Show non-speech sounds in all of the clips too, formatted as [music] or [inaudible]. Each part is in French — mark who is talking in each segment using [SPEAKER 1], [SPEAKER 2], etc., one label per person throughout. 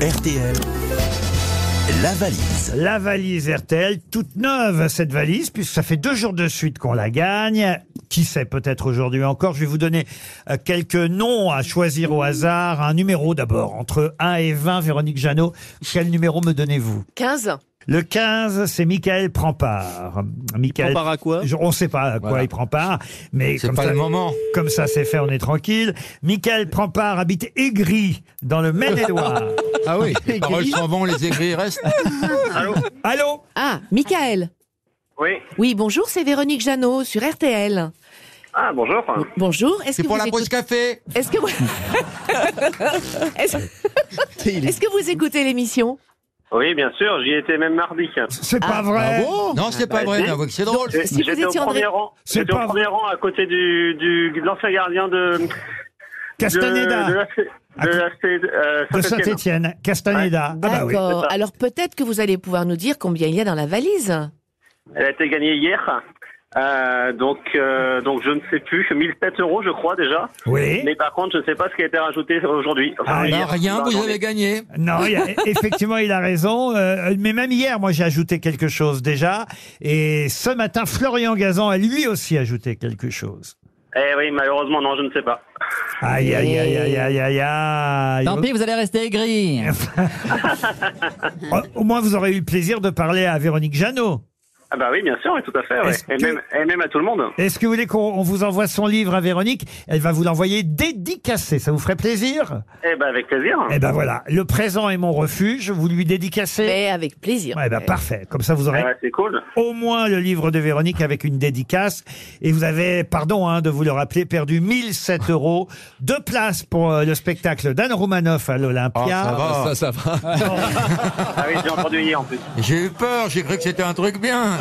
[SPEAKER 1] RTL. La valise.
[SPEAKER 2] La valise RTL, toute neuve cette valise, puisque ça fait deux jours de suite qu'on la gagne. Qui sait, peut-être aujourd'hui encore. Je vais vous donner euh, quelques noms à choisir au hasard. Un numéro d'abord, entre 1 et 20, Véronique Jeannot. Quel numéro me donnez-vous
[SPEAKER 3] 15
[SPEAKER 2] Le 15, c'est Michael prend part. Michael,
[SPEAKER 4] Compare à quoi
[SPEAKER 2] Je- on ne sait pas à quoi
[SPEAKER 4] Voilà.
[SPEAKER 2] il prend part, mais
[SPEAKER 4] C'est
[SPEAKER 2] comme
[SPEAKER 4] pas
[SPEAKER 2] ça,
[SPEAKER 4] le moment.
[SPEAKER 2] Comme ça, c'est fait, on est tranquille. Michael prend part, habite Aigri, dans le Maine-et-Loire.
[SPEAKER 4] Ah
[SPEAKER 2] [laughs]
[SPEAKER 4] oui, les paroles s'en vont, les aigris restent.
[SPEAKER 2] Allô
[SPEAKER 3] Ah, Michael
[SPEAKER 5] Oui.
[SPEAKER 3] Oui, bonjour, c'est Véronique Jeannot sur RTL.
[SPEAKER 5] Ah, bonjour.
[SPEAKER 3] Bonjour, est-ce
[SPEAKER 4] C'est
[SPEAKER 3] que
[SPEAKER 4] pour
[SPEAKER 3] vous
[SPEAKER 4] la pause
[SPEAKER 3] écoutez...
[SPEAKER 4] café.
[SPEAKER 3] Est-ce que vous... est-ce... Est-ce que vous écoutez l'émission
[SPEAKER 5] Oui, bien sûr, j'y étais même mardi.
[SPEAKER 2] C'est pas vrai.
[SPEAKER 4] Non, c'est pas
[SPEAKER 5] Ah,
[SPEAKER 4] vrai,
[SPEAKER 5] si.
[SPEAKER 4] avouez que c'est drôle.
[SPEAKER 5] J'ai-
[SPEAKER 3] Si vous
[SPEAKER 5] J'étais au
[SPEAKER 3] étiez André-
[SPEAKER 5] premier rang.
[SPEAKER 2] C'est
[SPEAKER 5] J'étais au
[SPEAKER 2] pas
[SPEAKER 5] premier rang à côté du, du de l'ancien gardien de de-
[SPEAKER 2] Castaneda.
[SPEAKER 5] de la de la euh,
[SPEAKER 2] de
[SPEAKER 5] Saint-Etienne.
[SPEAKER 2] Saint-Étienne, Castaneda. Ah bah oui.
[SPEAKER 3] D'accord.
[SPEAKER 5] c'est ça.
[SPEAKER 3] Alors peut-être que vous allez pouvoir nous dire combien il y a dans la valise.
[SPEAKER 5] Elle a été gagnée hier. Euh, donc, euh, donc je ne sais plus, 1007 euros je crois déjà.
[SPEAKER 2] Oui.
[SPEAKER 5] Mais par contre, je ne sais pas ce qui a été rajouté aujourd'hui.
[SPEAKER 2] Ah,
[SPEAKER 5] hier,
[SPEAKER 2] bah,
[SPEAKER 4] Bah, rien,
[SPEAKER 5] dans la
[SPEAKER 4] vous
[SPEAKER 5] journée.
[SPEAKER 4] avez gagné.
[SPEAKER 2] Non, il y a- effectivement, il a raison. Euh, mais même hier, moi, j'ai ajouté quelque chose déjà. Et ce matin, Florian Gazan a lui aussi ajouté quelque chose.
[SPEAKER 5] Eh oui, malheureusement, non, je ne sais pas.
[SPEAKER 2] Aïe, aïe, aïe, aïe, aïe, aïe, aïe.
[SPEAKER 6] Tant pis, vous allez rester aigri.
[SPEAKER 2] Au- [laughs] Au moins, vous aurez eu le plaisir de parler à Véronique Jeannot.
[SPEAKER 5] Ah bah oui, bien sûr, oui, tout à fait. ouais.
[SPEAKER 2] Est-ce
[SPEAKER 5] Et,
[SPEAKER 2] que-
[SPEAKER 5] même, et même à tout le monde.
[SPEAKER 2] Est-ce que vous voulez qu'on on vous envoie son livre à Véronique Elle va vous l'envoyer dédicacé. Ça vous ferait plaisir
[SPEAKER 5] Eh bah avec plaisir.
[SPEAKER 2] Eh ben voilà. Le présent est mon refuge. Vous lui dédicacez
[SPEAKER 3] Mais avec plaisir.
[SPEAKER 2] Eh ben parfait. Comme ça, vous aurez
[SPEAKER 5] Ah, bah, c'est cool.
[SPEAKER 2] au moins le livre de Véronique avec une dédicace. Et vous avez, pardon hein, de vous le rappeler, perdu 1007 euros. Deux places pour euh, le spectacle d'Anne Romanoff à l'Olympia. Euh,
[SPEAKER 4] va.
[SPEAKER 5] Ah oui, j'ai entendu hier en plus.
[SPEAKER 4] J'ai eu peur, j'ai cru que c'était un truc bien.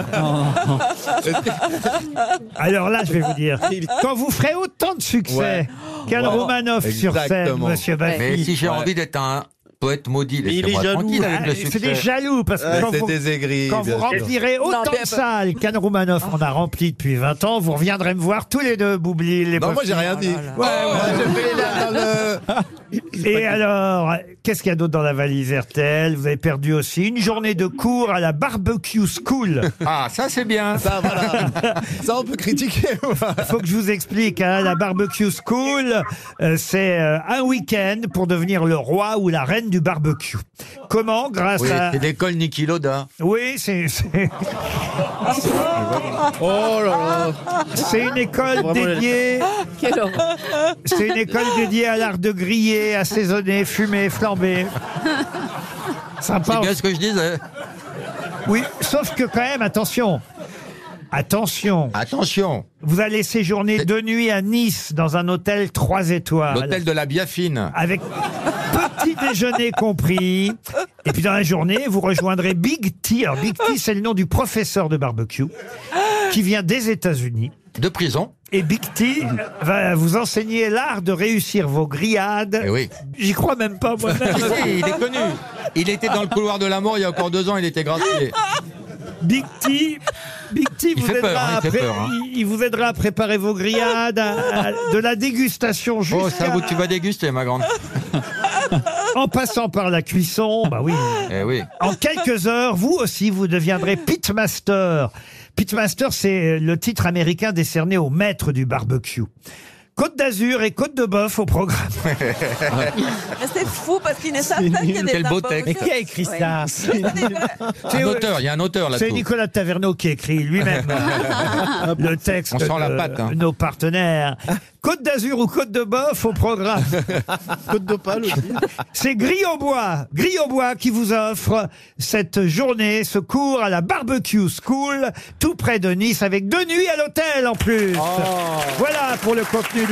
[SPEAKER 2] Alors là, je vais vous
[SPEAKER 7] [laughs]
[SPEAKER 2] dire, quand vous ferez autant de succès
[SPEAKER 7] Ouais.
[SPEAKER 2] qu'Anne
[SPEAKER 7] Wow.
[SPEAKER 2] Romanoff sur scène,
[SPEAKER 7] Exactement.
[SPEAKER 2] monsieur Baffy.
[SPEAKER 4] Mais si j'ai
[SPEAKER 7] Ouais.
[SPEAKER 4] envie d'être un poète maudit,
[SPEAKER 7] est
[SPEAKER 4] laissez-moi
[SPEAKER 7] jaloux.
[SPEAKER 4] tranquille avec
[SPEAKER 2] Ah,
[SPEAKER 4] le
[SPEAKER 2] C'est des
[SPEAKER 4] succès.
[SPEAKER 2] jaloux parce que
[SPEAKER 7] Ah,
[SPEAKER 2] Euh, quand
[SPEAKER 7] c'est
[SPEAKER 2] vous,
[SPEAKER 7] des aigris,
[SPEAKER 2] quand
[SPEAKER 7] bien
[SPEAKER 2] vous
[SPEAKER 7] sûr.
[SPEAKER 2] remplirez autant de salles qu'Anne Roumanoff en a rempli depuis 20 ans, vous reviendrez me voir tous les deux, Boubli. Les
[SPEAKER 7] Non, moi
[SPEAKER 2] Boffi.
[SPEAKER 7] j'ai rien dit.
[SPEAKER 6] là là.
[SPEAKER 7] Ouais, ouais, je fais là dans le-
[SPEAKER 2] Et alors, qu'est-ce qu'il y a d'autre dans la valise RTL Vous avez perdu aussi une journée de cours à la Barbecue School.
[SPEAKER 4] Ah, ça c'est bien.
[SPEAKER 7] Ça, voilà. Ça, on peut critiquer. ouais.
[SPEAKER 2] faut que je vous explique. hein, la barbecue school, euh, c'est euh, un week-end pour devenir le roi ou la reine du barbecue. Comment Grâce
[SPEAKER 4] Oui,
[SPEAKER 2] à...
[SPEAKER 4] c'est l'école Niki Loda.
[SPEAKER 2] Oui, c'est... c'est-
[SPEAKER 7] Oh là
[SPEAKER 2] C'est une école
[SPEAKER 7] Vraiment,
[SPEAKER 2] dédiée.
[SPEAKER 3] Quelle horreur.
[SPEAKER 2] C'est une école dédiée à l'art de griller, assaisonner, fumer, flamber.
[SPEAKER 4] C'est
[SPEAKER 2] Sympa.
[SPEAKER 4] bien ce que je disais.
[SPEAKER 2] Oui, sauf que quand même, attention. Attention,
[SPEAKER 4] Attention,
[SPEAKER 2] vous allez séjourner deux nuits à Nice dans un hôtel trois étoiles.
[SPEAKER 4] l'hôtel de la Biafine.
[SPEAKER 2] avec petit déjeuner compris. Et puis dans la journée, vous rejoindrez Big T. Alors Big T, c'est le nom du professeur de barbecue qui vient des États-Unis.
[SPEAKER 4] De prison.
[SPEAKER 2] Et Big T va vous enseigner l'art de réussir vos grillades.
[SPEAKER 4] Eh oui.
[SPEAKER 2] J'y crois même pas moi-même.
[SPEAKER 4] [laughs] Si, il est connu. Il était dans le couloir de la mort il y a encore deux ans, il était gracié.
[SPEAKER 2] Big T, Big T
[SPEAKER 4] Il
[SPEAKER 2] vous,
[SPEAKER 4] fait
[SPEAKER 2] aidera
[SPEAKER 4] peur, hein,
[SPEAKER 2] à
[SPEAKER 4] il fait
[SPEAKER 2] pré-
[SPEAKER 4] peur, hein.
[SPEAKER 2] il- il vous aidera à préparer vos grillades, à- à- de la dégustation jusqu'à...
[SPEAKER 4] Oh, ça vous, tu vas déguster, ma grande.
[SPEAKER 2] En passant par la cuisson, bah oui.
[SPEAKER 4] Eh oui.
[SPEAKER 2] En quelques heures, vous aussi, vous deviendrez pitmaster. Pitmaster, c'est le titre américain décerné au maître du barbecue. Côte d'Azur et Côte de Boeuf au programme.
[SPEAKER 8] Mais Ah, C'est fou parce qu'il ne savent pas qu'il y a des
[SPEAKER 4] Quel beau
[SPEAKER 8] barbecues.
[SPEAKER 4] texte. Mais qui
[SPEAKER 8] a
[SPEAKER 2] écrit
[SPEAKER 8] ça
[SPEAKER 4] Un auteur, il y a un auteur
[SPEAKER 2] C'est
[SPEAKER 4] là-dessous.
[SPEAKER 2] Nicolas Taverneau qui écrit
[SPEAKER 4] [laughs]
[SPEAKER 2] lui-même euh, le texte
[SPEAKER 4] On sent la
[SPEAKER 2] de
[SPEAKER 4] patte, hein.
[SPEAKER 2] nos partenaires. Côte d'Azur ou Côte de Boeuf au programme.
[SPEAKER 7] [laughs] Côte d'opale aussi.
[SPEAKER 2] C'est Grillebois, Grillebois qui vous offre cette journée, ce cours à la Barbecue School, tout près de Nice, avec deux nuits à l'hôtel en plus.
[SPEAKER 7] Oh.
[SPEAKER 2] Voilà pour le contenu de